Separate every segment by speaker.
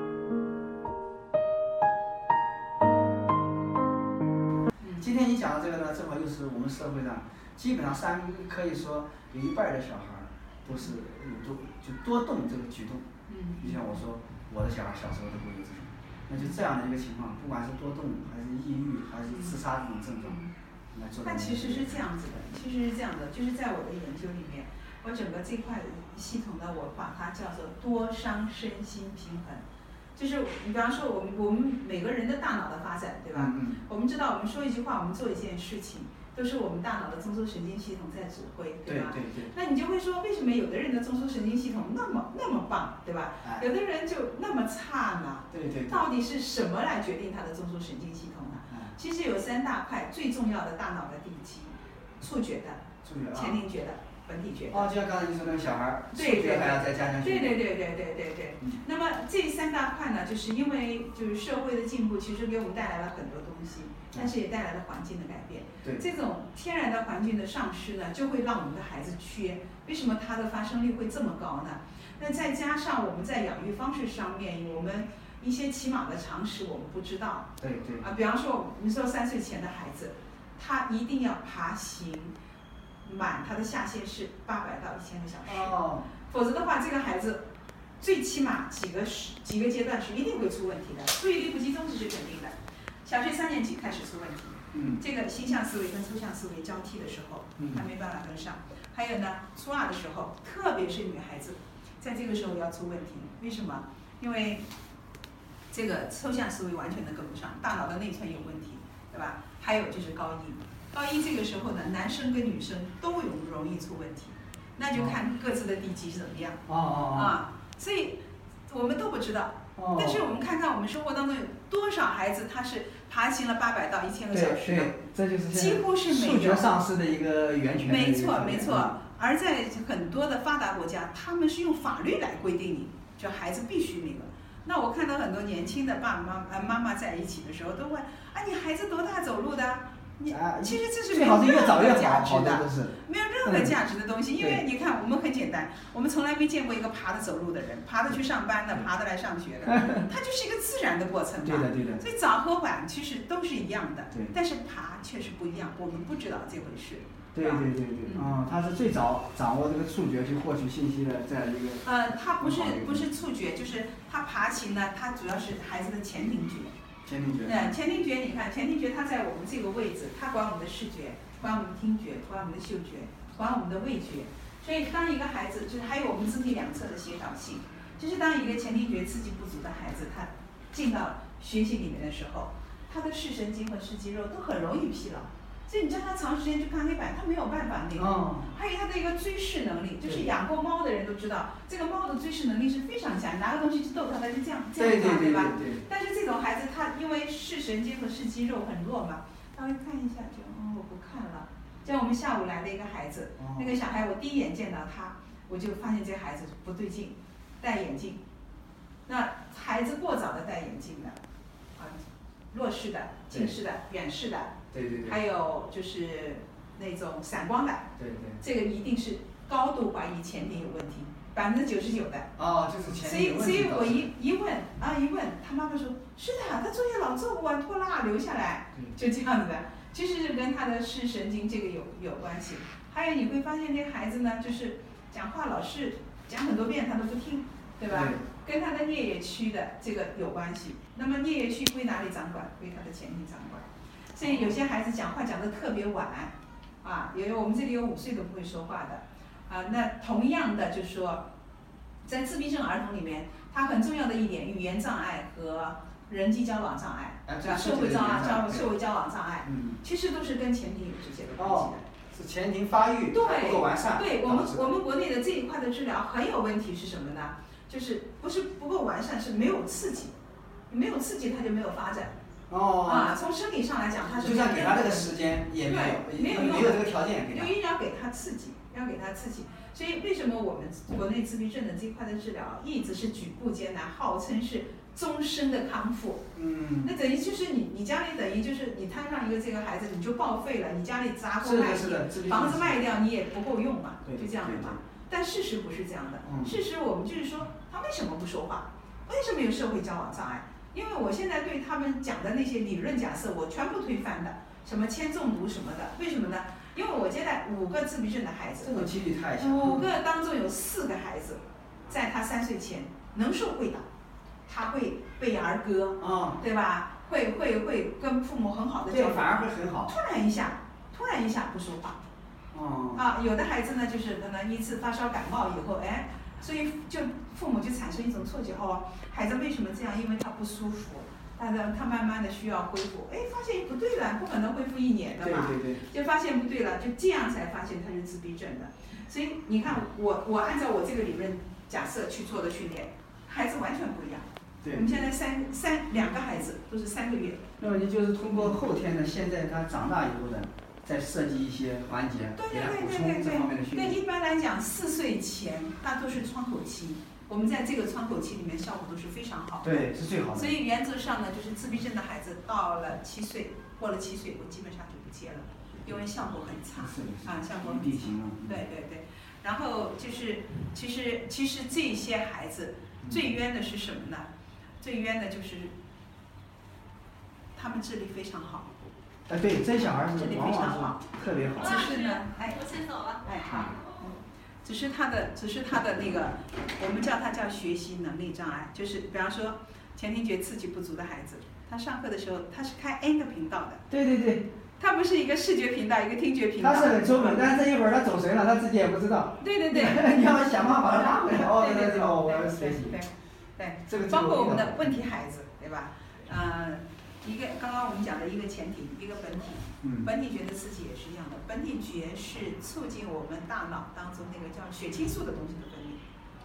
Speaker 1: 嗯呢，正好又是我们社会上基本上三可以说有一半儿的小孩儿都是有多就多动这个举动。
Speaker 2: 嗯
Speaker 1: 就像我说我的小孩儿小时候都会有这种，那就这样的一个情况，不管是多动还是抑郁还是自杀这种症状，那做
Speaker 2: 那
Speaker 1: 到
Speaker 2: 其实是这样子的，其实是这样的，就是在我的研究里面，我整个这块系统呢，我把它叫做多伤身心平衡。就是你比方说，我们我们每个人的大脑的发展，对吧？
Speaker 1: 嗯
Speaker 2: 我们知道，我们说一句话，我们做一件事情，都是我们大脑的中枢神经系统在指挥，
Speaker 1: 对
Speaker 2: 吧？
Speaker 1: 对对，
Speaker 2: 那你就会说，为什么有的人的中枢神经系统那么那么棒，对吧？
Speaker 1: 哎，
Speaker 2: 有的人就那么差呢？
Speaker 1: 对对对，
Speaker 2: 到底是什么来决定他的中枢神经系统呢？
Speaker 1: 哎，
Speaker 2: 其实有三大块最重要的大脑的地基，触觉的、
Speaker 1: 注意了
Speaker 2: 前
Speaker 1: 啊。
Speaker 2: 庭觉的、本体觉的。
Speaker 1: 哦，就像刚才你说那个小孩儿，
Speaker 2: 对
Speaker 1: 触觉
Speaker 2: 对
Speaker 1: 还要再加强训
Speaker 2: 对
Speaker 1: 练。
Speaker 2: 对对对对对对
Speaker 1: 嗯。
Speaker 2: 那么这三大块呢，就是因为就是社会的进步，其实给我们带来了很多东西，但是也带来了环境的改变。
Speaker 1: 嗯对
Speaker 2: 这种天然的环境的丧失呢，就会让我们的孩子缺。为什么他的发生率会这么高呢？那再加上我们在养育方式上面，我们一些起码的常识我们不知道，
Speaker 1: 对对
Speaker 2: 啊，比方说，你说三岁前的孩子，他一定要爬行满他的下限是八百到一千个小时，
Speaker 1: 哦，
Speaker 2: 否则的话，这个孩子最起码几个时几个阶段是一定会出问题的，注意力不集中这是肯定的。小学三年级开始出问题，
Speaker 1: 嗯
Speaker 2: 这个形象思维跟抽象思维交替的时候，
Speaker 1: 嗯
Speaker 2: 他没办法跟上。还有呢，初二的时候，特别是女孩子，在这个时候要出问题，为什么？因为这个抽象思维完全的跟不上，大脑的内存有问题，对吧？还有就是高一，高一这个时候呢，男生跟女生都容容易出问题，那就看各自的地基是怎么样
Speaker 1: 哦哦
Speaker 2: 啊。所以我们都不知道，
Speaker 1: 哦哦，
Speaker 2: 但是我们看看我们生活当中有多少孩子他是爬行了八百到一千个
Speaker 1: 对
Speaker 2: 小时的。
Speaker 1: 对，这就是
Speaker 2: 几乎是
Speaker 1: 数
Speaker 2: 没
Speaker 1: 学
Speaker 2: 有。
Speaker 1: 上失的一个啊源泉。
Speaker 2: 没错，没错。而在很多的发达国家，他们是用法律来规定你，就孩子必须那个。那我看到很多年轻的爸爸妈妈呃妈妈在一起的时候，都问啊，你孩子多大走路的？你
Speaker 1: 啊
Speaker 2: 其实这是
Speaker 1: 最
Speaker 2: 没有
Speaker 1: 好是
Speaker 2: 任
Speaker 1: 越早越
Speaker 2: 何
Speaker 1: 好，
Speaker 2: 价值
Speaker 1: 好多
Speaker 2: 的，
Speaker 1: 都是。
Speaker 2: 没有任何价值的东西。
Speaker 1: 嗯
Speaker 2: 因为你看，我们很简单，我们从来没见过一个爬着走路的人，爬着去上班的，爬着来 上学的，它就是一个自然的过程
Speaker 1: 对
Speaker 2: 嘛。
Speaker 1: 的，对的，
Speaker 2: 所以早和晚其实都是一样的
Speaker 1: 对，
Speaker 2: 但是爬确实不一样，我们不知道这回事。
Speaker 1: 对对对
Speaker 2: 嗯
Speaker 1: 对，啊，他是最早掌握这个触觉去获取信息的这样一个，
Speaker 2: 呃，它不是
Speaker 1: 好一个
Speaker 2: 不是触觉，就是它爬行呢，它主要是孩子的前庭觉。
Speaker 1: 前庭觉。
Speaker 2: 那前庭觉，你看前庭觉它在我们这个位置，它管我们的视觉，管我们听觉，管我们的嗅觉，管我们的味觉。所以当一个孩子，就是还有我们肢体两侧的协调性，就是当一个前庭觉刺激不足的孩子，他进到学习里面的时候，他的视神经和视肌肉都很容易疲劳。所以你叫他长时间去看黑板，他没有办法那个。
Speaker 1: 哦，
Speaker 2: 还有它的一个追视能力，就是养过猫的人都知道，这个猫的追视能力是非常强，拿个东西去逗它，它就这样这
Speaker 1: 对
Speaker 2: 样
Speaker 1: 对
Speaker 2: 抓，
Speaker 1: 对
Speaker 2: 吧？
Speaker 1: 对
Speaker 2: 但是这种孩子他因为视神经和视肌肉很弱嘛，他会看一下就嗯我不看了。像我们下午来的一个孩子，那
Speaker 1: 对。
Speaker 2: 个小孩我第一眼见到他，我就发现这孩子不对劲，戴眼镜。那孩子过早的戴眼镜的，啊，弱视的、近视的、远视的，
Speaker 1: 对对对
Speaker 2: 还有就是那种散光的。
Speaker 1: 对对。
Speaker 2: 这个一定是高度怀疑前庭有问题，百分之九十九的。
Speaker 1: 哦，就是
Speaker 2: 所
Speaker 1: 前
Speaker 2: 以，
Speaker 1: 庭
Speaker 2: 嗯所以我一一问啊，一问他妈妈说，是的，他作业老做不完，拖拉留下来，就这样子的。其实是跟他的视神经这个有有关系。还有你会发现，这孩子呢，就是讲话老是讲很多遍他都不听，对吧？？跟他的颞叶区的这个有关系。那么颞叶区归哪里掌管？归他的前庭掌管。所以有些孩子讲话讲得特别晚，啊，有我们这里有五岁都不会说话的，啊，那同样的就是说，在自闭症儿童里面，他很重要的一点，语言障碍和人际交往障碍，
Speaker 1: 哎，
Speaker 2: 啊，社会障碍、交社
Speaker 1: 会。
Speaker 2: 会交往障碍，
Speaker 1: 嗯，
Speaker 2: 其实都是跟前庭有直接的关系的。
Speaker 1: 是前庭发育不够完善。
Speaker 2: 对我们我们国内的这一块的治疗很有问题是什么呢？就是不是不够完善，是没有刺激，没有刺激它就没有发展、
Speaker 1: 哦，
Speaker 2: 啊。从生理上来讲，它是
Speaker 1: 就算给他
Speaker 2: 没
Speaker 1: 这
Speaker 2: 有
Speaker 1: 个时间也没有，没有这个条件给他
Speaker 2: 就。一定要给它刺激，要给它刺激。所以为什么我们国内自闭症的这一块的治疗一直是举步艰难，号称是终身的康复？
Speaker 1: 嗯，
Speaker 2: 那等于就是你你家里等于就是你摊上一个这个孩子你就报废了，你家里砸锅
Speaker 1: 是
Speaker 2: 卖
Speaker 1: 的，
Speaker 2: 铁
Speaker 1: 是。的，自闭
Speaker 2: 房子卖掉你也不够用嘛，
Speaker 1: 对
Speaker 2: 就这样的
Speaker 1: 对
Speaker 2: 嘛。但事实不是这样的，
Speaker 1: 嗯
Speaker 2: 事实我们就是说他为什么不说话，为什么有社会交往障碍？因为我现在对他们讲的那些理论假设，我全部推翻的。什么铅中毒什么的，为什么呢？因为我接待五个自闭症的孩子
Speaker 1: 这，个几率太小。
Speaker 2: 五个当中有四个孩子，在他三岁前能说会道，他会背儿歌，
Speaker 1: 啊，
Speaker 2: 对吧？会会会跟父母很好的交
Speaker 1: 对，
Speaker 2: 流
Speaker 1: 反，而会很好。
Speaker 2: 突然一下，突然一下不说话
Speaker 1: 哦，
Speaker 2: 啊！有的孩子呢，就是可能一次发烧感冒以后，哎，所以就父母就产生一种错觉，哦，孩子为什么这样？因为他不舒服，他的他慢慢的需要恢复，哎，发现不对了，不可能恢复一年的
Speaker 1: 对
Speaker 2: 嘛。
Speaker 1: 对对，
Speaker 2: 就发现不对了，就这样才发现他是自闭症的。所以你看，我我按照我这个理论假设去做的训练，孩子完全不一样。我
Speaker 1: 对
Speaker 2: 们。现在三三两个孩子都是三个月，
Speaker 1: 那么你就是通过后天的，现在他长大以后的，再设计一些环节
Speaker 2: 对，
Speaker 1: 给
Speaker 2: 对
Speaker 1: 他补
Speaker 2: 对
Speaker 1: 充
Speaker 2: 对
Speaker 1: 这
Speaker 2: 对
Speaker 1: 方面的
Speaker 2: 对。
Speaker 1: 训
Speaker 2: 那
Speaker 1: 练。
Speaker 2: 一般来讲，四岁前大多是窗口期，我们在这个窗口期里面效果都是非常好的。
Speaker 1: 对，是最好
Speaker 2: 所
Speaker 1: 的。
Speaker 2: 以原则上呢，就是自闭症的孩子到了七岁，过了七岁，我基本上就不接了，因为效果很差。
Speaker 1: 是的，是
Speaker 2: 啊像我
Speaker 1: 的，一定行啊。
Speaker 2: 对对对，然后就是，其实其实这些孩子
Speaker 1: 嗯
Speaker 2: 最冤的是什么呢？最冤的就是他们智力非常好，
Speaker 1: 哎，对，这小孩
Speaker 2: 智
Speaker 1: 是
Speaker 2: 力
Speaker 1: 往
Speaker 2: 非常
Speaker 1: 往
Speaker 2: 好，
Speaker 1: 是特别好。
Speaker 2: 只是呢，哎
Speaker 3: 我先走了。
Speaker 2: 哎好，
Speaker 1: 啊，
Speaker 2: 只是他的只是他的那个，我们叫他叫学习能力障碍，就是比方说前庭觉刺激不足的孩子，他上课的时候他是开 N 个频道的，
Speaker 1: 对对对，
Speaker 2: 他不是一个视觉频道，一个听觉频道
Speaker 1: 他，是很聪明，但是这一会儿他走神了，他自己也不知道。
Speaker 2: 对嗯对对，
Speaker 1: 你要想办法把他拉回来。哦，
Speaker 2: 对
Speaker 1: 对
Speaker 2: 对
Speaker 1: 对，
Speaker 2: 对，
Speaker 1: 哦，我要
Speaker 2: 对
Speaker 1: 学习。
Speaker 2: 对对。
Speaker 1: 这个
Speaker 2: 包括我们的问题孩子，对吧？呃，一个刚刚我们讲的一个前提，一个本体，
Speaker 1: 嗯，
Speaker 2: 本体觉得自己也是一样的。本体觉是促进我们大脑当中那个叫血清素的东西的分泌。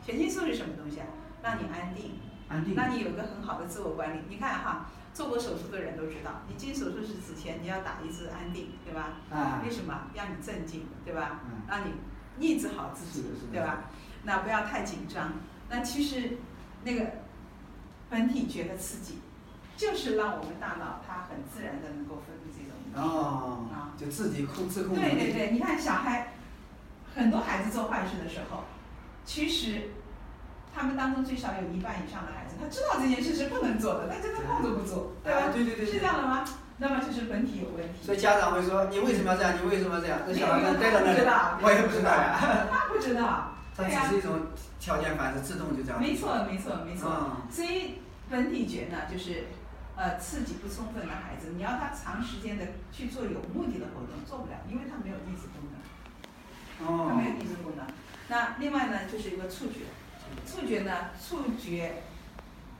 Speaker 2: 血清素是什么东西啊？让你安定，
Speaker 1: 安定。
Speaker 2: 让你有一个很好的自我管理。你看哈，做过手术的人都知道，你进手术室之前你要打一支安定，对吧？
Speaker 1: 啊
Speaker 2: 为，什么？让你镇静，对吧
Speaker 1: 嗯？
Speaker 2: 让你抑制好自己。
Speaker 1: 是的，是的。
Speaker 2: 对？吧？那不要太紧张。那其实那个本体觉的刺激，就是让我们大脑它很自然的能够分泌这种。
Speaker 1: 哦，就自己控制控能
Speaker 2: 啊对对
Speaker 1: 力。
Speaker 2: 对，你看小孩，很多孩子做坏事的时候，其实他们当中最少有一半以上的孩子，他知道这件事是不能做的，但真的控制不住，对
Speaker 1: 啊
Speaker 2: 吧？
Speaker 1: 对对对对
Speaker 2: 是这样的吗？那么就是本体有问题。
Speaker 1: 所以家长会说：“你为什么要这样？你为什么要这样？”那小孩子待在那
Speaker 2: 知
Speaker 1: 里，
Speaker 2: 道
Speaker 1: 我也不知道呀。
Speaker 2: 他不 知道，
Speaker 1: 它
Speaker 2: 对呀、啊
Speaker 1: 只是一种条件反射，自动就这样。
Speaker 2: 没错，没错，没错。
Speaker 1: 嗯
Speaker 2: 所以本体觉呢，就是呃刺激不充分的孩子，你要他长时间的去做有目的的活动，做不了，因为他没有抑制功能，他没有
Speaker 1: 哦，
Speaker 2: 抑制功能。那另外呢，就是一个触觉，触觉呢，触觉，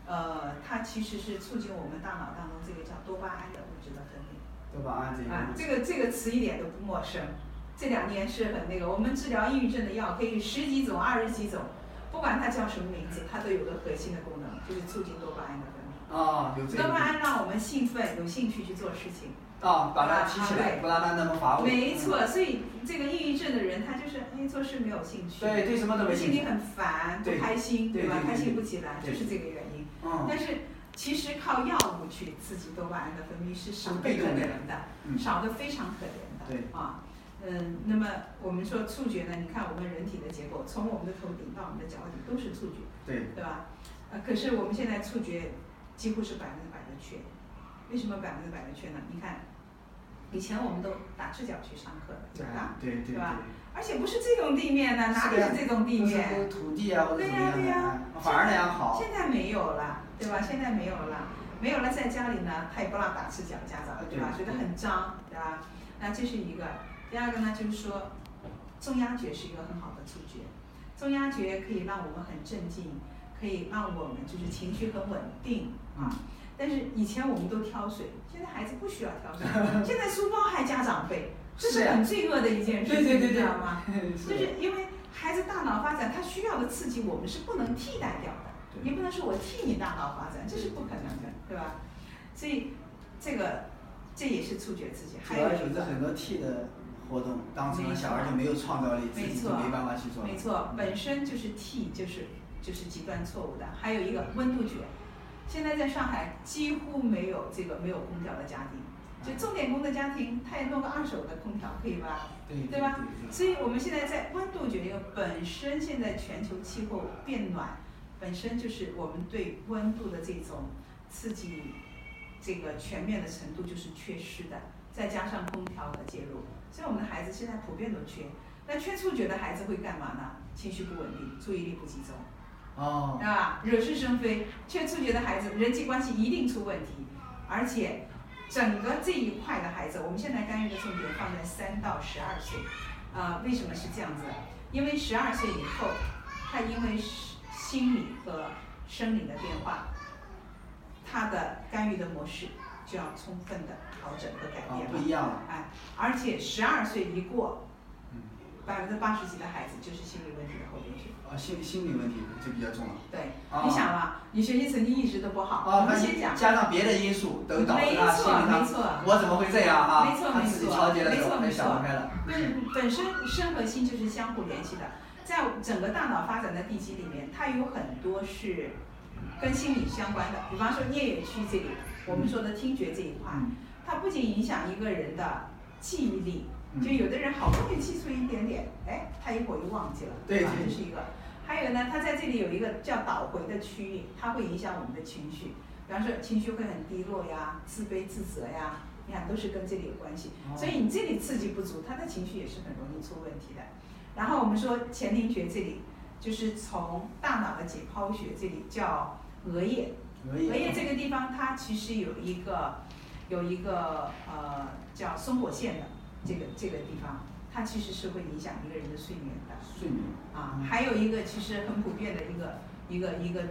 Speaker 2: 呃，它其实是促进我们大脑当中这个叫多巴胺的物质的分泌。
Speaker 1: 对吧？啊，这
Speaker 2: 啊，
Speaker 1: 个
Speaker 2: 这个这个词一点都不陌生。这两年是很那个，我们治疗抑郁症的药可以十几种、二十几种，不管它叫什么名字，它都有个核心的功能，就是促进多巴胺的分泌。
Speaker 1: 哦，有这
Speaker 2: 多
Speaker 1: 个
Speaker 2: 巴胺让我们兴奋、有兴趣去做事情。
Speaker 1: 哦，把它提起
Speaker 2: 啊
Speaker 1: 来，
Speaker 2: 对
Speaker 1: 不让它那么乏味。
Speaker 2: 没错，所以这个抑郁症的人，他就是哎做事没有兴趣，
Speaker 1: 嗯对，对什么都没兴
Speaker 2: 心里
Speaker 1: 趣。
Speaker 2: 很烦，不
Speaker 1: 对
Speaker 2: 开心，
Speaker 1: 对
Speaker 2: 吧
Speaker 1: 对？对
Speaker 2: 开
Speaker 1: 对
Speaker 2: 心不起来，就是这个原因。
Speaker 1: 嗯，
Speaker 2: 但是其实靠药物去刺激多巴胺的分泌是少得可
Speaker 1: 被动的
Speaker 2: 怜的，
Speaker 1: 嗯
Speaker 2: 少得非常可怜的。
Speaker 1: 对
Speaker 2: 啊，嗯，那么我们说触觉呢？你看我们人体的结构，从我们的头顶到我们的脚底都是触觉，
Speaker 1: 对，
Speaker 2: 对吧？呃，可是我们现在触觉几乎是百分之百的缺，为什么百分之百的缺呢？你看，以前我们都打赤脚去上课的，对吧？
Speaker 1: 对对对
Speaker 2: 对吧而且不是这种地面呢，哪里
Speaker 1: 是的
Speaker 2: 是这种地
Speaker 1: 就是
Speaker 2: 面？
Speaker 1: 土地啊，或者
Speaker 2: 对
Speaker 1: 怎么
Speaker 2: 呀、
Speaker 1: 样
Speaker 2: 对
Speaker 1: 的，
Speaker 2: 呀、
Speaker 1: 啊反而那样好。
Speaker 2: 现在没有了，对吧？现在没有了，没有了，在家里呢，他也不让打赤脚，家长对吧？
Speaker 1: 对
Speaker 2: 觉得很脏，对吧？那这是一个。第二个呢，就是说，中央觉是一个很好的触觉，中央觉可以让我们很镇静，可以让我们就是情绪很稳定啊。但是以前我们都挑水，现在孩子不需要 挑水，现在书包还家长背，这
Speaker 1: 是
Speaker 2: 是
Speaker 1: 呀
Speaker 2: 很罪恶的一件事
Speaker 1: 对
Speaker 2: 情，
Speaker 1: 对对
Speaker 2: 你
Speaker 1: 对
Speaker 2: 知 道吗？
Speaker 1: 就
Speaker 2: 就是因为孩子大脑发展，他需要的刺激我们是不能替代掉的，
Speaker 1: 对
Speaker 2: 你不能说我替你大脑发展，这是不可能的，对吧？所以这个这也是触觉刺激，还
Speaker 1: 主
Speaker 2: 有
Speaker 1: 要
Speaker 2: 一
Speaker 1: 有这
Speaker 2: 个
Speaker 1: 很多 T 的活动，当成了小孩就没有创造力，自己就没办法去做。
Speaker 2: 没错，本身就是 T 就是就是极端错误的，还有一个温度觉，现在在上海几乎没有这个没有空调的家庭，
Speaker 1: 哎啊
Speaker 2: 就重点工的家庭，他也弄个二手的空调可以吧？
Speaker 1: 对
Speaker 2: 对吧？
Speaker 1: 嗯
Speaker 2: 所以我们现在在温度决定本身，现在全球气候变暖，本身就是我们对温度的这种刺激，这个全面的程度就是缺失的，再加上空调的介入，所以我们的孩子现在普遍都缺。那缺触觉的孩子会干嘛呢？情绪不稳定，注意力不集中，
Speaker 1: 哦，
Speaker 2: 啊，惹是生非。缺触觉的孩子，人际关系一定出问题，而且整个这一块的孩子，我们现在干预的重点放在三到十二岁。啊、为什么是这样子？因为十二岁以后，他因为是心理和生理的变化，他的干预的模式就要充分的调整和改
Speaker 1: 哦
Speaker 2: 变，
Speaker 1: 不
Speaker 2: 了。
Speaker 1: 一样了，
Speaker 2: 哎，而且十二岁一过
Speaker 1: 嗯，
Speaker 2: 百分之八十几的孩子就是心理问题的后边群。
Speaker 1: 啊，心心理问题就比较重了。
Speaker 2: 对，
Speaker 1: 啊
Speaker 2: 你想啊，你学习成绩一直都不好，
Speaker 1: 啊，
Speaker 2: 我
Speaker 1: 他
Speaker 2: 们先讲，
Speaker 1: 加上别的因素都导
Speaker 2: 没
Speaker 1: 致他心
Speaker 2: 错，
Speaker 1: 理
Speaker 2: 没
Speaker 1: 上，
Speaker 2: 错。
Speaker 1: 我怎么会这样啊？
Speaker 2: 没错
Speaker 1: 他自己调节的时候，他就
Speaker 2: 没错
Speaker 1: 想不开了。嗯
Speaker 2: 本本身身和心就是相互联系的，在整个大脑发展的地基里面，它有很多是跟心理相关的。比方说颞野区这里，我们说的听觉这一块，它不仅影响一个人的记忆力，
Speaker 1: 嗯
Speaker 2: 就有的人好不容易记住一点点，哎，他一会儿又忘记了，
Speaker 1: 对
Speaker 2: 吧？
Speaker 1: 对
Speaker 2: 这是一个。还有呢，它在这里有一个叫倒回的区域，它会影响我们的情绪，比方说情绪会很低落呀、自卑、自责呀，你看都是跟这里有关系。
Speaker 1: 哦
Speaker 2: 所以你这里刺激不足，他的情绪也是很容易出问题的。然后我们说前庭觉这里，就是从大脑的解剖学这里叫额叶，
Speaker 1: 可
Speaker 2: 额叶
Speaker 1: 以。
Speaker 2: 这个地方它其实有一个有一个呃叫松果腺的这个这个地方，它其实是会影响一个人的睡眠的。
Speaker 1: 睡眠嗯
Speaker 2: 啊，还有一个其实很普遍的一个一个一个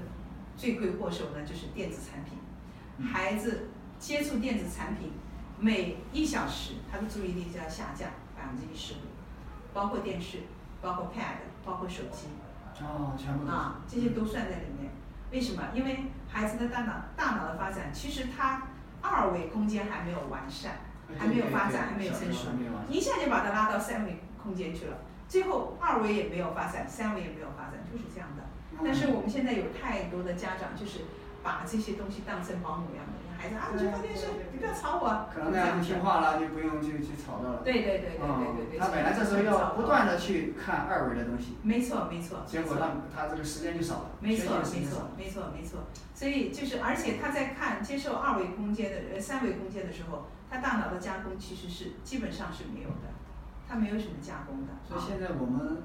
Speaker 2: 罪魁祸首呢，就是电子产品。孩子接触电子产品，每一小时他的注意力就要下降百分之一十五，包括电视，包括 pad，包括手机
Speaker 1: 哦，全部都是
Speaker 2: 啊，这些都算在里面。为什么？因为孩子的大脑大脑的发展，其实他二维空间还没有完善，
Speaker 1: 啊
Speaker 2: 还没有发展，还没有成熟
Speaker 1: 还。没有完
Speaker 2: 一下就把它拉到三维空间去了，最后二维也没有发展，三维也没有发展，就是这样的。
Speaker 1: 嗯
Speaker 2: 但是我们现在有太多的家长就是把这些东西当成保姆一样的，孩子啊，你去看电视，你不要吵我，
Speaker 1: 可能那样就听话了，就不用去去吵到了。
Speaker 2: 对对对对对
Speaker 1: 嗯，
Speaker 2: 对对。
Speaker 1: 他本来这时候要不断的去看二维的东西，
Speaker 2: 没错没错。
Speaker 1: 结果他他这个时间就少了，
Speaker 2: 没错，
Speaker 1: 学习的时间
Speaker 2: 没
Speaker 1: 少
Speaker 2: 错
Speaker 1: 了，，
Speaker 2: 没错，没错。所以就是，而且他在看接受二维空间的呃三维空间的时候，他大脑的加工其实是基本上是没有的，他没有什么加工的。
Speaker 1: 所以
Speaker 2: 啊
Speaker 1: 现在我们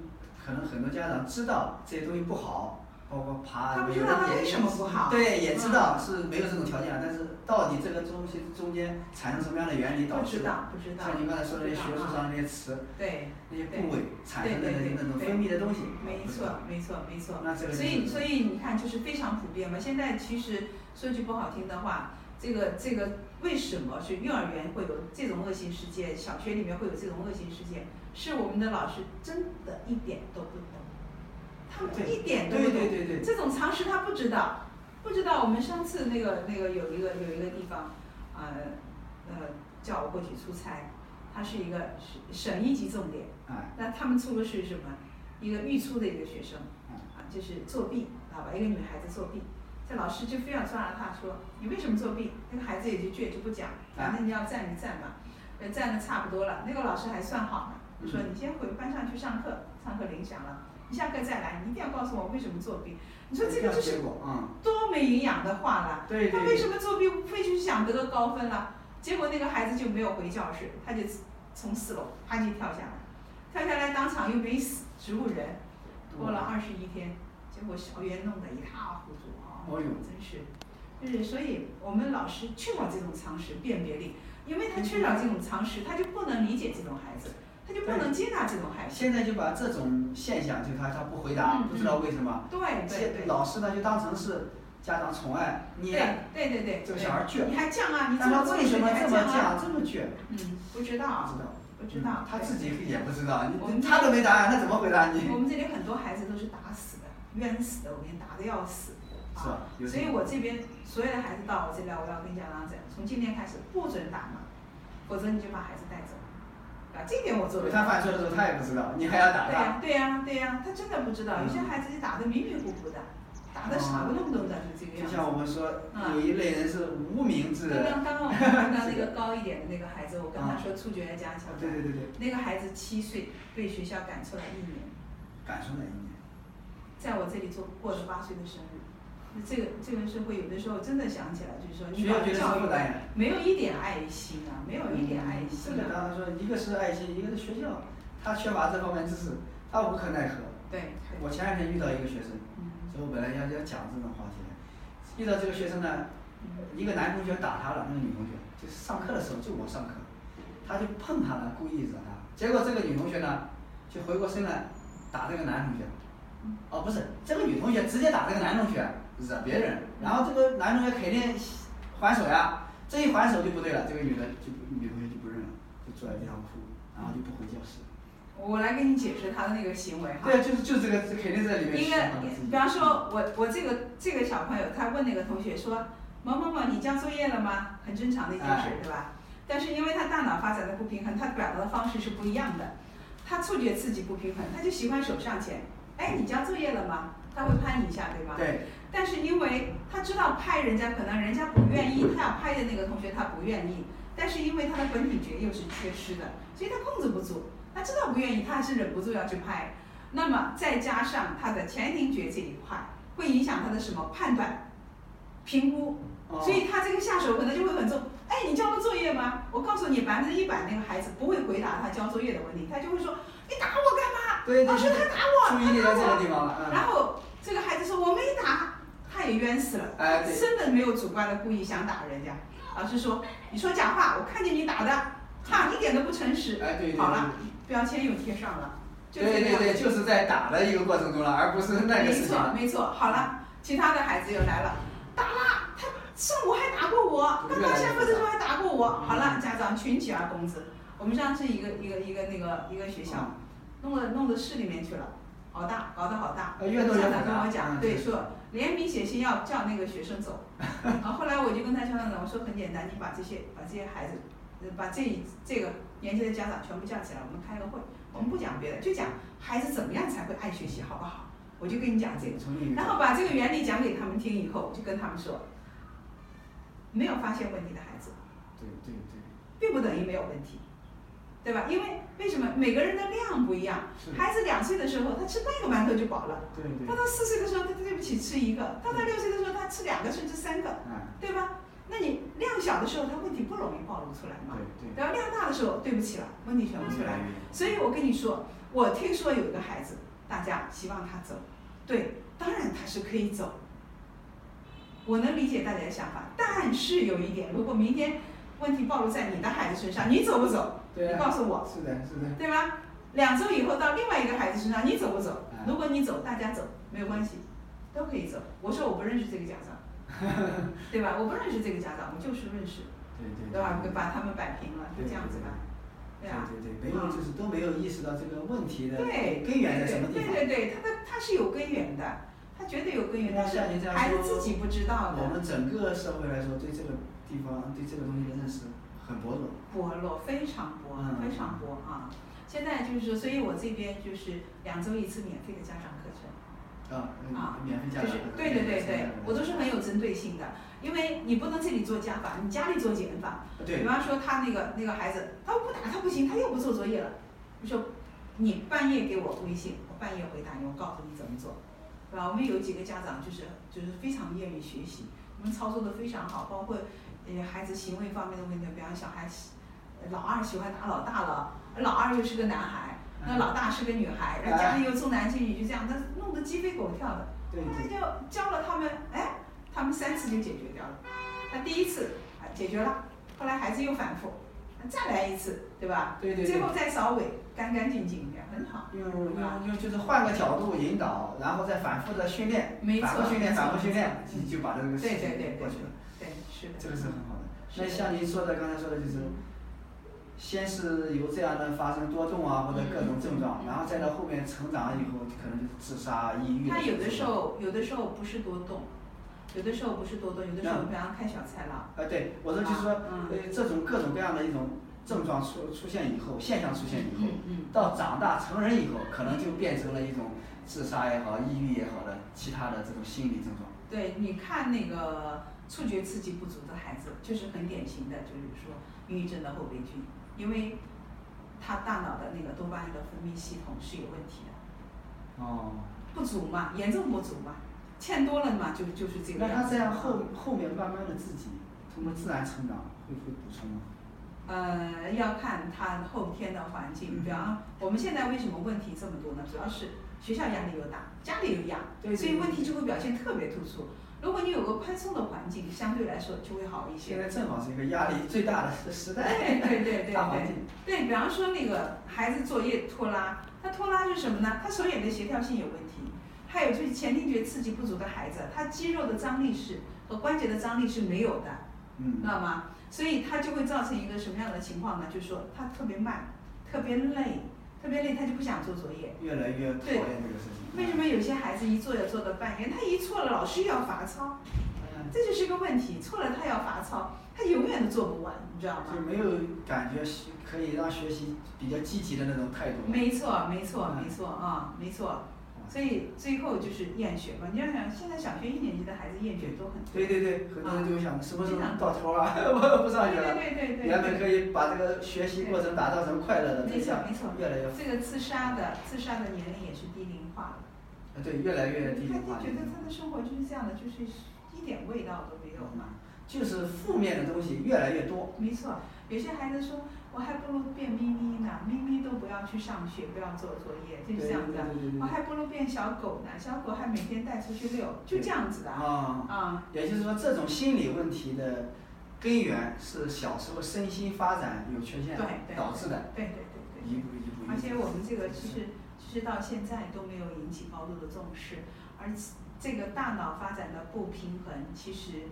Speaker 1: 可能很多家长知道这些东西不好，包括爬，啊
Speaker 2: 他不知
Speaker 1: 有
Speaker 2: 道
Speaker 1: 的
Speaker 2: 他为
Speaker 1: 也
Speaker 2: 什么不好嗯
Speaker 1: 对，也知道是没有这种条件，但是到底这个东西中间产生什么样的原理导
Speaker 2: 啊不
Speaker 1: 致
Speaker 2: 知
Speaker 1: 的？
Speaker 2: 道，不知道。
Speaker 1: 像你刚才说的那些学
Speaker 2: 不知道
Speaker 1: 术
Speaker 2: 啊
Speaker 1: 上的那些词、
Speaker 2: 对，
Speaker 1: 那些部位产生的那些
Speaker 2: 对对
Speaker 1: 那种
Speaker 2: 对
Speaker 1: 分泌的东西，
Speaker 2: 没
Speaker 1: 不知
Speaker 2: 错
Speaker 1: 道，，
Speaker 2: 没错，没错。
Speaker 1: 那这个
Speaker 2: 所以，所
Speaker 1: 以
Speaker 2: 以你看，就是非常普遍嘛。现在其实说句不好听的话，这个这个为什么是幼儿园会有这种恶性事件，小学里面会有这种恶性事件，是我们的老师真的一点都不懂，他们
Speaker 1: 对
Speaker 2: 一点都不
Speaker 1: 对
Speaker 2: 懂。
Speaker 1: 对对对，
Speaker 2: 这种常识他不知道，不知道。我们上次那个那个有一个有一个地方，呃呃，叫我过去出差，它是一个省省一级重点。
Speaker 1: 哎，
Speaker 2: 那他们出的是什么？一个预出的一个学生
Speaker 1: 嗯，
Speaker 2: 啊，就是作弊，知道吧？一个女孩子作弊，这老师就非要抓着她说：“你为什么作弊？”那个孩子也就倔，就不讲，反正你要站你站吧。呃，站的差不多了，那个老师还算好呢，说你先回班上去上课，上课铃响了，你下课再来，你一定要告诉我为什么作弊。你说这个就是
Speaker 1: 结果啊，
Speaker 2: 多没营养的话了。
Speaker 1: 嗯对
Speaker 2: 他
Speaker 1: 对
Speaker 2: 为
Speaker 1: 对，
Speaker 2: 什么作弊无非就是想得个高分了？结果那个孩子就没有回教室，他就从四楼啪就跳下来，跳下来当场又没死，植物人。过了二十一天，结果校园弄得一塌糊涂啊！
Speaker 1: 哦呦
Speaker 2: 真是，就是所以我们老师缺少这种常识辨别力，因为他缺少这种常识，他就不能理解这种孩子，他就不能接纳这种孩子。
Speaker 1: 现在就把这种现象，就他他不回答，
Speaker 2: 嗯
Speaker 1: 不知道为什么，
Speaker 2: 对对
Speaker 1: 现
Speaker 2: 对，
Speaker 1: 老师呢就当成是家长宠爱你，
Speaker 2: 对对对对，
Speaker 1: 这个小孩倔
Speaker 2: 对你还犟啊？你
Speaker 1: 但他
Speaker 2: 么
Speaker 1: 为什么这么
Speaker 2: 犟啊？
Speaker 1: 犟，这么倔？
Speaker 2: 嗯，不知道
Speaker 1: 不
Speaker 2: 啊，
Speaker 1: 知道，
Speaker 2: 不知道
Speaker 1: 嗯，他
Speaker 2: 对
Speaker 1: 自己也不知道，
Speaker 2: 我
Speaker 1: 你
Speaker 2: 们
Speaker 1: 他都没答案，他怎么回答你？
Speaker 2: 我们这里很多孩子都是打死的，冤死的，我跟你打的要死
Speaker 1: 是吧
Speaker 2: 啊！
Speaker 1: 有
Speaker 2: 所
Speaker 1: 这
Speaker 2: 以
Speaker 1: 种
Speaker 2: 我这边所有的孩子到我这里来，我要跟家长讲，从今天开始不准打骂，否则你就把孩子带走。啊，这一点我做
Speaker 1: 对
Speaker 2: 得
Speaker 1: 他
Speaker 2: 到。
Speaker 1: 犯错的时候，他也不知道，你还要打
Speaker 2: 对
Speaker 1: 他，
Speaker 2: 呀、对呀、对呀、他真的不知道，
Speaker 1: 嗯
Speaker 2: 有些孩子就打得迷迷糊糊的，打得傻不愣登的，就这个
Speaker 1: 哦就
Speaker 2: 样
Speaker 1: 像
Speaker 2: 子。
Speaker 1: 我们说，
Speaker 2: 嗯
Speaker 1: 有一类人是无名之
Speaker 2: 刚
Speaker 1: 人，
Speaker 2: 刚刚刚我们看到那个高一点的那个孩子，我跟他说触觉要加强。
Speaker 1: 对对对对，
Speaker 2: 那个孩子七岁被学校赶出来一年，
Speaker 1: 感受哪一年？
Speaker 2: 在我这里做过了八岁的生日。那这个这个社会有的时候真的想起来，就是说你
Speaker 1: 学校
Speaker 2: 把
Speaker 1: 觉得是
Speaker 2: 教
Speaker 1: 负担
Speaker 2: 育
Speaker 1: 呀。嗯
Speaker 2: 没有一点爱心啊，没有一点爱
Speaker 1: 这
Speaker 2: 心
Speaker 1: 个
Speaker 2: 啊，
Speaker 1: 当然说，一个是爱心，一个是学校，他缺乏这方面知识，他无可奈何。
Speaker 2: 对对，
Speaker 1: 我前两天遇到一个学生，
Speaker 2: 嗯
Speaker 1: 所以我本来要要讲这种话题的。遇到这个学生呢，
Speaker 2: 嗯
Speaker 1: 一个男同学打他了，那个女同学就是上课的时候就我上课，他就碰他了，故意惹他。结果这个女同学呢，就回过身来打这个男同学。
Speaker 2: 嗯
Speaker 1: 哦，不是，这个女同学直接打这个男同学，惹别人，然后这个男同学肯定还手呀，这一还手就不对了，这个女的就不女同学就不认了，就坐在地上哭，然后就不回教室。
Speaker 2: 我来给你解释他的那个行为哈。
Speaker 1: 对，就是就是这个，这肯定在里面
Speaker 2: 嗯应
Speaker 1: 喜
Speaker 2: 该
Speaker 1: 欢自己。
Speaker 2: 比方说我我这个这个小朋友，他问那个同学说某某某，你交作业了吗？很正常的一件事
Speaker 1: 哎，
Speaker 2: 对吧？但是因为他大脑发展的不平衡，他表达的方式是不一样的，他触觉刺激不平衡，他就喜欢手上前，哎，你交作业了吗？他会拍你一下，对吧？
Speaker 1: 对，
Speaker 2: 但是因为他知道拍人家，可能人家不愿意，他要拍的那个同学他不愿意，但是因为他的本体觉又是缺失的，所以他控制不住。他知道不愿意，他还是忍不住要去拍。那么再加上他的前庭觉这一块，会影响他的什么判断、评估，
Speaker 1: 哦
Speaker 2: 所以他这个下手可能就会很重。哎，你交了作业吗？我告诉你，百分之一百那个孩子不会回答他交作业的问题，他就会说你打我干嘛？
Speaker 1: 对对
Speaker 2: 老师
Speaker 1: 对
Speaker 2: 他打我，
Speaker 1: 注意力
Speaker 2: 他
Speaker 1: 在
Speaker 2: 打
Speaker 1: 这
Speaker 2: 我
Speaker 1: 个地方了。嗯，
Speaker 2: 然后这个孩子说我没打，他也冤死了，
Speaker 1: 哎对
Speaker 2: 真的没有主观的故意想打人家。老师说你说假话，我看见你打的，哈，一点都不诚实。
Speaker 1: 哎，对对对
Speaker 2: 好了，标签又贴上了，就
Speaker 1: 对
Speaker 2: 这
Speaker 1: 对
Speaker 2: 样
Speaker 1: 对，就是在打的一个过程中了，而不是那个
Speaker 2: 没
Speaker 1: 事情。
Speaker 2: 错没错。好了，其他的孩子又来了，打啦，他上午还打过我，刚刚下课的时候还打过我。好
Speaker 1: 嗯
Speaker 2: 了，家长群起而攻之。我们上次一个一个一个那个一个学校，弄到弄到市里面去了，好大，搞得好大。
Speaker 1: 呃，越多越
Speaker 2: 校
Speaker 1: 复
Speaker 2: 长跟
Speaker 1: 杂
Speaker 2: 我讲，
Speaker 1: 嗯
Speaker 2: 对，说连名写信要叫那个学 生走。然后后来我就跟他校长讲，我说很简单，你把这些把这些孩子，呃把这一这个年级的家长全部叫起来，我们开个会，我们不讲别的，就讲孩子怎么样才会爱学习，好不好？我就跟你讲这个，
Speaker 1: 从英语
Speaker 2: 然后把这个原理讲给他们听以后，我就跟他们说，没有发现问题的孩子，
Speaker 1: 对对对，
Speaker 2: 并不等于没有问题，对吧？因为为什么每个人的量不一样？
Speaker 1: 是的，
Speaker 2: 孩子两岁的时候，他吃半个馒头就饱了。
Speaker 1: 对
Speaker 2: 到
Speaker 1: 对，
Speaker 2: 他四岁的时候，他对不起吃一个；到他六岁的时候，他吃两个甚至三个，
Speaker 1: 嗯，
Speaker 2: 对吧？那你量小的时候，他问题不容易暴露出来嘛。
Speaker 1: 对对，
Speaker 2: 然后量大的时候，对不起了，问题全部出来。
Speaker 1: 来
Speaker 2: 所以我跟你说，我听说有一个孩子，大家希望他走，对，当然他是可以走。我能理解大家的想法，但是有一点，如果明天问题暴露在你的孩子身上，你走不走？
Speaker 1: 对
Speaker 2: 你
Speaker 1: 啊，
Speaker 2: 告诉我，
Speaker 1: 是的，是的，
Speaker 2: 对吧？两周以后到另外一个孩子身上，你走不走
Speaker 1: 哎？
Speaker 2: 如果你走，大家走没有关系，都可以走。我说我不认识这个家长，对吧？我不认识这个家长，我就是认识，
Speaker 1: 对对
Speaker 2: 对吧？把他们摆平了，就
Speaker 1: 对
Speaker 2: 这样子吧，对啊。
Speaker 1: 对对对，没有就是都没有意识到这个问题的
Speaker 2: 对，
Speaker 1: 根源在什么地方。
Speaker 2: 对对对，他的他是有根源的，他绝对有根源，但是
Speaker 1: 像您这样
Speaker 2: 孩子
Speaker 1: 说
Speaker 2: 自己不知道
Speaker 1: 我
Speaker 2: 的，
Speaker 1: 们整个社会来说，对这个地方对这个东西的认识很薄弱。
Speaker 2: 薄弱，非常薄，
Speaker 1: 嗯
Speaker 2: 非常薄啊。现在就是，所以我这边就是两周一次免费的家长课程。
Speaker 1: 啊，
Speaker 2: 啊
Speaker 1: 嗯免费家
Speaker 2: 就
Speaker 1: 长
Speaker 2: 是
Speaker 1: 课程
Speaker 2: 对对对对，我都
Speaker 1: 是
Speaker 2: 是很有针对性的，因为你不能这里做加法，你家里做减法。比
Speaker 1: 对
Speaker 2: 方说他那个那个孩子，他不打他不行，他又不做作业了，你说你半夜给我微信，我半夜回答你，我告诉你怎么做，对吧？我们有几个家长就是就是非常愿意学习，我们操作的非常好，包括呃孩子行为方面的问题，比方小孩喜老二喜欢打老大了，老二又是个男孩，那老大是个女孩，然后家里又重男轻女，就这样，那弄得鸡飞狗跳的。
Speaker 1: 对
Speaker 2: 后来
Speaker 1: 对
Speaker 2: 就教了他们，哎，他们三次就解决掉了。那第一次啊解决了，后来孩子又反复，那再来一次，对吧？
Speaker 1: 对对对嗯
Speaker 2: 最后再扫尾，干干净净一点，很好。
Speaker 1: 用用用就是换个角度引导，然后再反复的训练，
Speaker 2: 没错
Speaker 1: 反复训练，
Speaker 2: 没错
Speaker 1: 反复训练
Speaker 2: 没，错
Speaker 1: 你就把这个事
Speaker 2: 对对
Speaker 1: 情
Speaker 2: 对
Speaker 1: 给
Speaker 2: 对
Speaker 1: 过去了。
Speaker 2: 对，是的。
Speaker 1: 这个是很好的。
Speaker 2: 是
Speaker 1: 那
Speaker 2: 的
Speaker 1: 像您说的，刚才说的就是，先是由这样的发生多动啊，或者
Speaker 2: 嗯
Speaker 1: 各种症状，然后再到后面成长以后，可能就是自杀、抑郁。
Speaker 2: 他有的时，候，有的时候不是多动，有的时候不是多动，有的时候比方看小菜了，
Speaker 1: 呃，对，我说就是说，
Speaker 2: 啊嗯
Speaker 1: 呃，这种各种各样的一种症状出出现以后，现象出现以后，
Speaker 2: 嗯
Speaker 1: 到长大成人以后，可能就变成了一种自杀也好、抑郁也好的其他的这种心理症状。
Speaker 2: 对，你看那个触觉刺激不足的孩子，就是很典型的，就是说抑郁症的后备军，因为他大脑的那个多巴胺的分泌系统是有问题的，
Speaker 1: 哦，
Speaker 2: 不足嘛，严重不足嘛，欠多了嘛，就就是这个
Speaker 1: 那
Speaker 2: 样
Speaker 1: 他
Speaker 2: 子。
Speaker 1: 这样后后面慢慢的自己通过自然成长会会补充吗？
Speaker 2: 呃，要看他后天的环境。
Speaker 1: 嗯
Speaker 2: 比方，我们现在为什么问题这么多呢？主要是学校压力又大，家里又压，
Speaker 1: 对对
Speaker 2: 所以问题就会表现特别突出。如果你有个宽松的环境，相对来说就会好一
Speaker 1: 现
Speaker 2: 些。
Speaker 1: 在正好是一个压力最大的时代，
Speaker 2: 对对对对
Speaker 1: 大环
Speaker 2: 对
Speaker 1: 境。
Speaker 2: 对，比方说那个孩子作业拖拉，他拖拉是什么呢？他手眼的协调性有问题，还有就是前庭觉刺激不足的孩子，他肌肉的张力是和关节的张力是没有的。
Speaker 1: 嗯
Speaker 2: 知，道吗？所以它就会造成一个什么样的情况呢？就是说他特别慢，特别累，特别累，他就不想做作业。
Speaker 1: 越来越讨厌这个事情。
Speaker 2: 为什么有些孩子一做要做到半夜？他一错了，老师又要罚抄，
Speaker 1: 嗯？
Speaker 2: 这就是个问题。错了他要罚抄，他永远都做不完，你知道
Speaker 1: 就
Speaker 2: 吗？
Speaker 1: 没有感觉学可以让学习比较积极的那种态度。
Speaker 2: 没错，没错，没错啊，没错。所以最后就是厌学嘛。你要想，现在小学一年级的孩子厌学都很
Speaker 1: 对对对，很多人就想什么时候
Speaker 2: 啊
Speaker 1: 到头啊？ 我不上
Speaker 2: 对
Speaker 1: 学了。
Speaker 2: 对对对
Speaker 1: 原
Speaker 2: 对
Speaker 1: 本可以把这个学习过程打造成快乐的，
Speaker 2: 没错
Speaker 1: 但是
Speaker 2: 没错
Speaker 1: 越来越
Speaker 2: 这个自杀的自杀的年龄也是低龄化了。
Speaker 1: 呃对，越来越低
Speaker 2: 他
Speaker 1: 龄
Speaker 2: 就
Speaker 1: 化。
Speaker 2: 觉得他的生活就是这样的，就是一点味道都没有嘛。
Speaker 1: 就是负面的东西越来越多。
Speaker 2: 没错，有些孩子说，我还不如变咪咪呢，咪咪都不要去上学，不要做作业，就是这样子。
Speaker 1: 对对对对
Speaker 2: 我还不如变小狗呢，小狗还每天带出去遛，就这样子的啊。
Speaker 1: 啊，
Speaker 2: 啊，
Speaker 1: 也就是说，这种心理问题的根源是小时候身心发展有缺陷
Speaker 2: 对对
Speaker 1: 导致的，
Speaker 2: 对对对
Speaker 1: 一
Speaker 2: 对。
Speaker 1: 步一步。
Speaker 2: 而且我们这个其实其实到现在都没有引起高度的重视，而这个大脑发展的不平衡，其实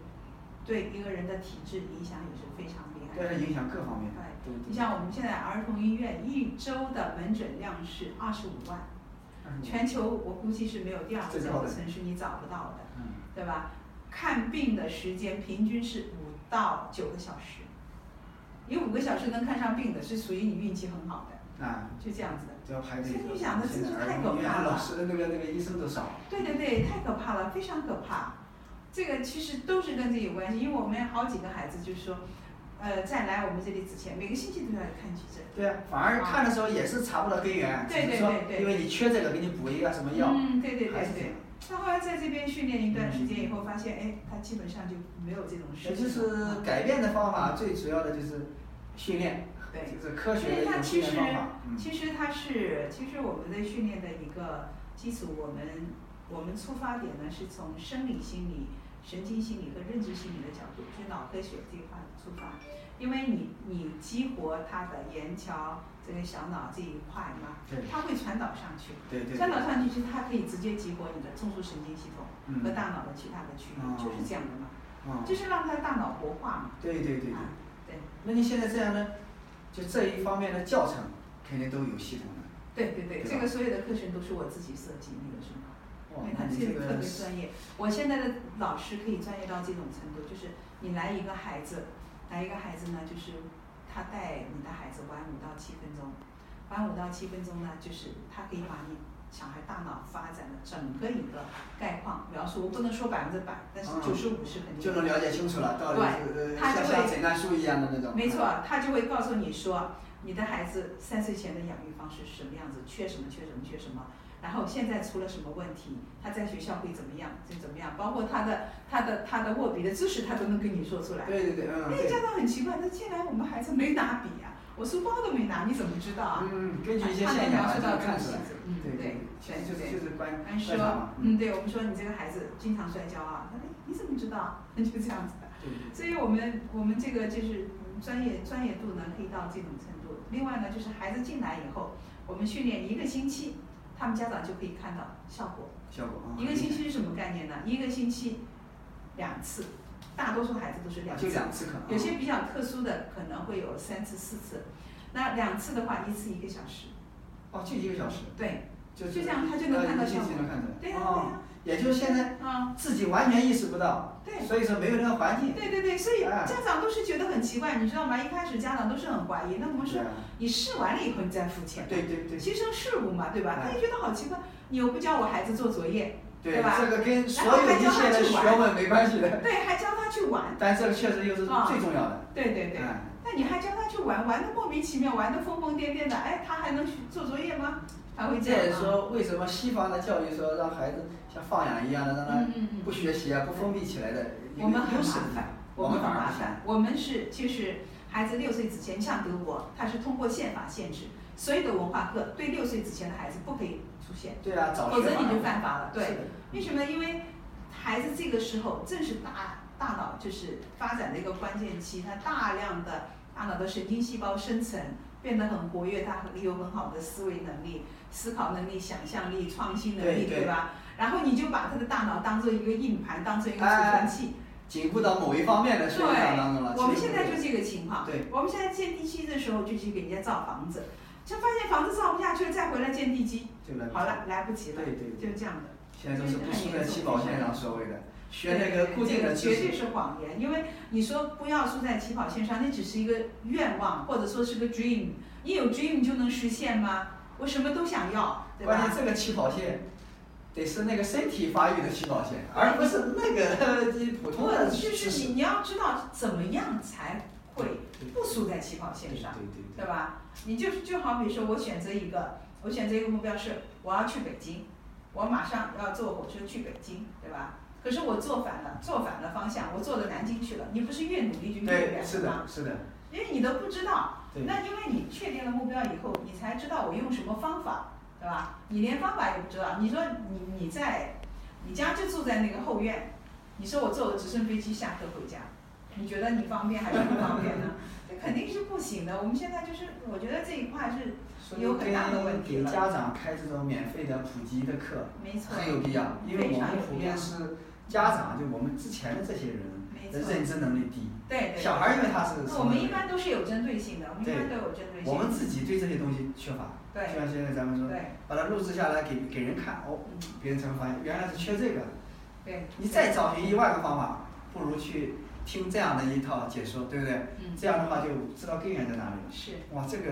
Speaker 2: 对一个人的体质影响也是非常厉害的。
Speaker 1: 对它影响各方面。
Speaker 2: 对
Speaker 1: 对
Speaker 2: 你
Speaker 1: 对。
Speaker 2: 像我们现在儿童医院一周的门诊量是二十五万，全球我估计是没有第二个
Speaker 1: 嗯最高的
Speaker 2: 城市你找不到的，
Speaker 1: 嗯
Speaker 2: 对吧？看病的时间平均是五到九个小时，你五个小时能看上病的是属于你运气很好的，
Speaker 1: 啊，
Speaker 2: 就这样子的。
Speaker 1: 只要排队。
Speaker 2: 所以你想的
Speaker 1: 现
Speaker 2: 真
Speaker 1: 在
Speaker 2: 是
Speaker 1: 儿
Speaker 2: 太
Speaker 1: 童
Speaker 2: 可
Speaker 1: 医
Speaker 2: 怕
Speaker 1: 院
Speaker 2: 了
Speaker 1: 老师的那个那个医生都少。
Speaker 2: 对对对，太可怕了，非常可怕。这个其实都是跟这有关系，因为我们好几个孩子就说，呃，在来我们这里之前，每个星期都要看急诊。
Speaker 1: 对啊，反而看的时候也是查不到根源，
Speaker 2: 对
Speaker 1: 只
Speaker 2: 对
Speaker 1: 是说
Speaker 2: 对对
Speaker 1: 因为你缺这个，给你补一个什么药，
Speaker 2: 嗯，对对对
Speaker 1: 还是这
Speaker 2: 对
Speaker 1: 样。。
Speaker 2: 他后来在这边训练一段时间以后，发现哎，他基本上就没有这种
Speaker 1: 嗯
Speaker 2: 事
Speaker 1: 也
Speaker 2: 情
Speaker 1: 就
Speaker 2: 了。
Speaker 1: 是改变的方法，最主要的就是训练，
Speaker 2: 对，
Speaker 1: 就是科
Speaker 2: 所
Speaker 1: 学的一
Speaker 2: 以他
Speaker 1: 种
Speaker 2: 其
Speaker 1: 训
Speaker 2: 实
Speaker 1: 练方法。嗯，
Speaker 2: 其实他是其实我们的训练的一个基础，我们我们出发点呢是从生理心理、神经心理和认知心理的角度，就脑科学这一块出发，因为你你激活他的眼桥这个小脑这一块嘛，
Speaker 1: 对
Speaker 2: 它会传导上去。
Speaker 1: 对对
Speaker 2: 传
Speaker 1: 对
Speaker 2: 导上去，其实它可以直接激活你的中枢神经系统
Speaker 1: 嗯
Speaker 2: 和大脑的其他的区
Speaker 1: 哦
Speaker 2: 域，就是这样的嘛，
Speaker 1: 嗯
Speaker 2: 就是让它大脑活化嘛。
Speaker 1: 对对对对
Speaker 2: 啊。，对
Speaker 1: 那你现在这样呢，就这一方面的教程肯定都有系统的。
Speaker 2: 对对对，
Speaker 1: 对吧
Speaker 2: 这个所有的课程都是我自己设计，那个什么，
Speaker 1: 哇
Speaker 2: 因为，
Speaker 1: 那
Speaker 2: 它
Speaker 1: 你
Speaker 2: 这
Speaker 1: 这
Speaker 2: 个特
Speaker 1: 个
Speaker 2: 别
Speaker 1: 是
Speaker 2: 专业。我现在的老师可以专业到这种程度，就是你来一个孩子，来一个孩子呢，就是他带你的孩子玩五到七分钟，玩五到七分钟呢，就是他可以把你。小孩大脑发展的整个一个概况描述，我不能说百分之百，但是
Speaker 1: 嗯
Speaker 2: 九十五是肯定
Speaker 1: 就能了解清楚了，到底是
Speaker 2: 对
Speaker 1: 呃
Speaker 2: 他
Speaker 1: 像
Speaker 2: 就
Speaker 1: 像
Speaker 2: 会
Speaker 1: 诊断书一样的那种。嗯
Speaker 2: 没错，他就会告诉你说，你的孩子三岁前的养育方式是什么样子，缺什么，缺什么，缺什么。然后现在出了什么问题，他在学校会怎么样，就怎么样，包括他的他的他的握笔的姿势，他都能跟你说出来。
Speaker 1: 对对对，嗯，
Speaker 2: 那个
Speaker 1: 对，
Speaker 2: 家长很奇怪，那进来我们孩子没拿笔啊，我书包都没拿，你怎么知道啊？
Speaker 1: 嗯，根据一些
Speaker 2: 他
Speaker 1: 现象
Speaker 2: 能描
Speaker 1: 啊
Speaker 2: 述
Speaker 1: 就
Speaker 2: 到
Speaker 1: 能
Speaker 2: 这
Speaker 1: 看
Speaker 2: 个
Speaker 1: 出
Speaker 2: 细
Speaker 1: 来。
Speaker 2: 致。嗯，
Speaker 1: 对
Speaker 2: 对，
Speaker 1: 其
Speaker 2: 全
Speaker 1: 实就是就是观
Speaker 2: 俺
Speaker 1: 观察
Speaker 2: 说
Speaker 1: 嘛，，
Speaker 2: 嗯，，对我们说你这个孩子经常摔跤啊，他说哎你怎么知道 啊？就这样子的。
Speaker 1: 对对
Speaker 2: 所以我们我们这个就是嗯专业专业度呢，可以到这种程度。另外呢，就是孩子进来以后，我们训练一个星期，他们家长就可以看到效果。
Speaker 1: 效果啊，
Speaker 2: 一个星期是什么概念呢？一个星期两次，大多数孩子都是两
Speaker 1: 就
Speaker 2: 次，
Speaker 1: 两次可能啊，
Speaker 2: 有些比较特殊的可能会有三次、四次。那两次的话，一次一个小时，
Speaker 1: 哦，就一个小时，
Speaker 2: 对，
Speaker 1: 就呃
Speaker 2: 就这样他就能看到效
Speaker 1: 星
Speaker 2: 果
Speaker 1: 期能看出来，
Speaker 2: 对呀、
Speaker 1: 哦，也就是现在
Speaker 2: 对呀、啊，
Speaker 1: 自己完全意识不到，
Speaker 2: 对。
Speaker 1: 所以说没有那个环境，
Speaker 2: 对对对，所以
Speaker 1: 哎
Speaker 2: 家长都是觉得很奇怪，你知道吗？一开始家长都是很怀疑。那我们
Speaker 1: 对
Speaker 2: 说，
Speaker 1: 啊
Speaker 2: 你试完了以后你再付钱。
Speaker 1: 对对对
Speaker 2: 新生事物嘛，对吧？
Speaker 1: 哎
Speaker 2: 他就觉得好奇怪，你又不教我孩子做作业，对吧
Speaker 1: 这个跟所有一切的学问没关系的，
Speaker 2: 对，还教他去玩，
Speaker 1: 但这个确实又是最重要的，
Speaker 2: 对啊对对。
Speaker 1: 哎，
Speaker 2: 那你还教他去玩，玩的莫名其妙，玩的疯疯癫癫的，哎，他还能去做作业吗？还会
Speaker 1: 这
Speaker 2: 讲
Speaker 1: 也
Speaker 2: 啊
Speaker 1: 是说为什么西方的教育说让孩子像放养一样的，让他
Speaker 2: 嗯嗯嗯
Speaker 1: 不学习啊，不封闭起来的一
Speaker 2: 我
Speaker 1: 个
Speaker 2: 们很
Speaker 1: 优
Speaker 2: 麻
Speaker 1: 势
Speaker 2: 烦，
Speaker 1: 我
Speaker 2: 们
Speaker 1: 们
Speaker 2: 很
Speaker 1: 反而
Speaker 2: 麻
Speaker 1: 不行
Speaker 2: 烦。我们是就是孩子六岁之前，像德国，它是通过宪法限制所有的文化课对六岁之前的孩子不可以出现，
Speaker 1: 对啊，早
Speaker 2: 否
Speaker 1: 学
Speaker 2: 则
Speaker 1: 晚
Speaker 2: 你就
Speaker 1: 会
Speaker 2: 犯法了。
Speaker 1: 是
Speaker 2: 对
Speaker 1: 的，
Speaker 2: 为什么？因为孩子这个时候正是大大脑就是发展的一个关键期，他大量的大脑的神经细胞生成变得很活跃，他很有很好的思维能力、思考能力、想象力、创新能力，
Speaker 1: 对对
Speaker 2: 吧？然后你就把他的大脑当做一个硬盘，当做一个储
Speaker 1: 哎
Speaker 2: 存器。
Speaker 1: 紧固到某一方面的生长当中了。
Speaker 2: 我们
Speaker 1: 其实
Speaker 2: 现在就这个情况。
Speaker 1: 对，
Speaker 2: 我们现在建地基的时候就去给人家造房子，就发现房子造不下去了，再回来建地基，
Speaker 1: 就来不及
Speaker 2: 好了，来不及
Speaker 1: 对
Speaker 2: 了，
Speaker 1: 对对，
Speaker 2: 就是这样的。
Speaker 1: 现在都是不输在起跑线上所谓的学那个固定的
Speaker 2: 绝
Speaker 1: 知
Speaker 2: 对
Speaker 1: 识，
Speaker 2: 是谎言，因为你说不要输在起跑线上，那只是一个愿望，或者说是个 dream。你有 dream 就能实现吗？我什么都想要，对
Speaker 1: 关键
Speaker 2: 吧？
Speaker 1: 这个起跑线。得是那个身体发育的起跑线，而不是那个呃普通
Speaker 2: 或
Speaker 1: 的
Speaker 2: 者
Speaker 1: 知
Speaker 2: 就
Speaker 1: 识。
Speaker 2: 是你你要知道怎么样才会
Speaker 1: 对
Speaker 2: 不输在起跑
Speaker 1: 对
Speaker 2: 线
Speaker 1: 对
Speaker 2: 上。
Speaker 1: 对
Speaker 2: 对吧？你就是就好比说，我选择一个，我选择一个目标是我要去北京，我马上要坐火车去北京，对吧？可是我坐反了，坐反了方向，我坐到南京去了。你不是越努力就
Speaker 1: 对，
Speaker 2: 越
Speaker 1: 对
Speaker 2: 远
Speaker 1: 是
Speaker 2: 了吗？
Speaker 1: 的，是的，
Speaker 2: 因为你都不知道。
Speaker 1: 对
Speaker 2: 那因为你确定了目标以后，你才知道我用什么方法，对吧？你连方法也不知道，你说你你在你家就住在那个后院，你说我坐个直升飞机下课回家，你觉得你方便还是不方 便呢？这肯定是不行的。我们现在就是，我觉得这一块是有很大的问题
Speaker 1: 给
Speaker 2: 了
Speaker 1: 家长开这种免费的普及的课
Speaker 2: 没错，
Speaker 1: 很有必要，因为
Speaker 2: 非
Speaker 1: 我
Speaker 2: 常
Speaker 1: 们
Speaker 2: 有
Speaker 1: 普
Speaker 2: 必要
Speaker 1: 遍是家长，就我们之前的这些人
Speaker 2: 没
Speaker 1: 的
Speaker 2: 错，
Speaker 1: 认知能力低，
Speaker 2: 对对。
Speaker 1: 小孩儿因为他是
Speaker 2: 那
Speaker 1: 什
Speaker 2: 我
Speaker 1: 么
Speaker 2: 们
Speaker 1: 人
Speaker 2: 一般都是有针对性的，我们一般都有针对性。
Speaker 1: 我们自己对这些东西缺乏，
Speaker 2: 对
Speaker 1: 就像现在咱们说，
Speaker 2: 对，
Speaker 1: 把它录制下来给给人看，哦，
Speaker 2: 嗯，
Speaker 1: 别人才会发现原来是缺这个。
Speaker 2: 对。
Speaker 1: 你再找寻一万个方法，不如去听这样的一套解说，对不对？
Speaker 2: 嗯
Speaker 1: 这样的话就知道根源在哪里了。
Speaker 2: 是，
Speaker 1: 哇，这个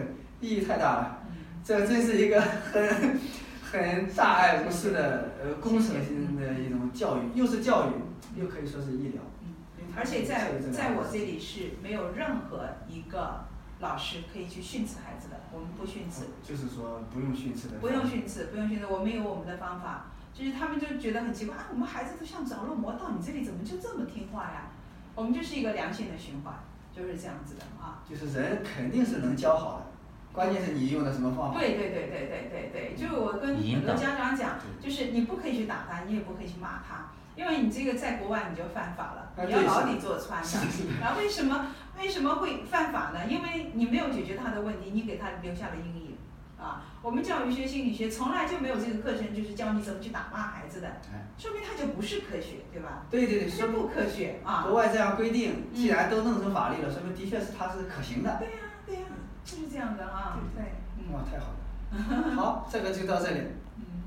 Speaker 1: 意义太大了，
Speaker 2: 嗯，
Speaker 1: 这真是一个很 很大爱无私的呃工程性的一种教育，又是教育，又可以说是医疗。
Speaker 2: 嗯。
Speaker 1: 因为它
Speaker 2: 而且在
Speaker 1: 是
Speaker 2: 在我这，里是没有任何一个老师可以去训斥孩子的，我们不训斥，
Speaker 1: 哦就是说不用训斥的，
Speaker 2: 不用，训斥，不用训斥，我们有我们的方法。就是他们就觉得很奇怪啊，我们孩子都像着了魔，到你这里怎么就这么听话呀？我们就是一个良性的循环，就是这样子的啊。
Speaker 1: 就是人肯定是能教好的，关键是你用的什么方法。
Speaker 2: 对对对对对对对，就是我跟
Speaker 3: 引
Speaker 2: 很多
Speaker 3: 导
Speaker 2: 家长讲，
Speaker 1: 嗯
Speaker 2: 就是你不可以去打他，你也不可以去骂他，因为你这个在国外你就犯法了，
Speaker 1: 啊
Speaker 2: 你要
Speaker 1: 对
Speaker 2: 牢
Speaker 1: 是
Speaker 2: 底坐穿的
Speaker 1: 是。是
Speaker 2: 然后为什么为什么会犯法呢？因为你没有解决他的问题，你给他留下了阴影啊。我们教育学心理学从来就没有这个课程，就是教你怎么去打骂孩子的，
Speaker 1: 哎
Speaker 2: 说明他就不是科学，对吧？
Speaker 1: 对对对，
Speaker 2: 是
Speaker 1: 说
Speaker 2: 不科学啊
Speaker 1: 国！外这样规定，既然都弄成法律了，说明的确是它是可行的。
Speaker 2: 对呀、对呀、就是这样的啊。对，嗯
Speaker 1: 哇，太好了！好，这个就到这里，
Speaker 2: 嗯。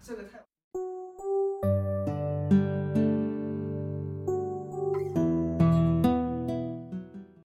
Speaker 1: 这个太。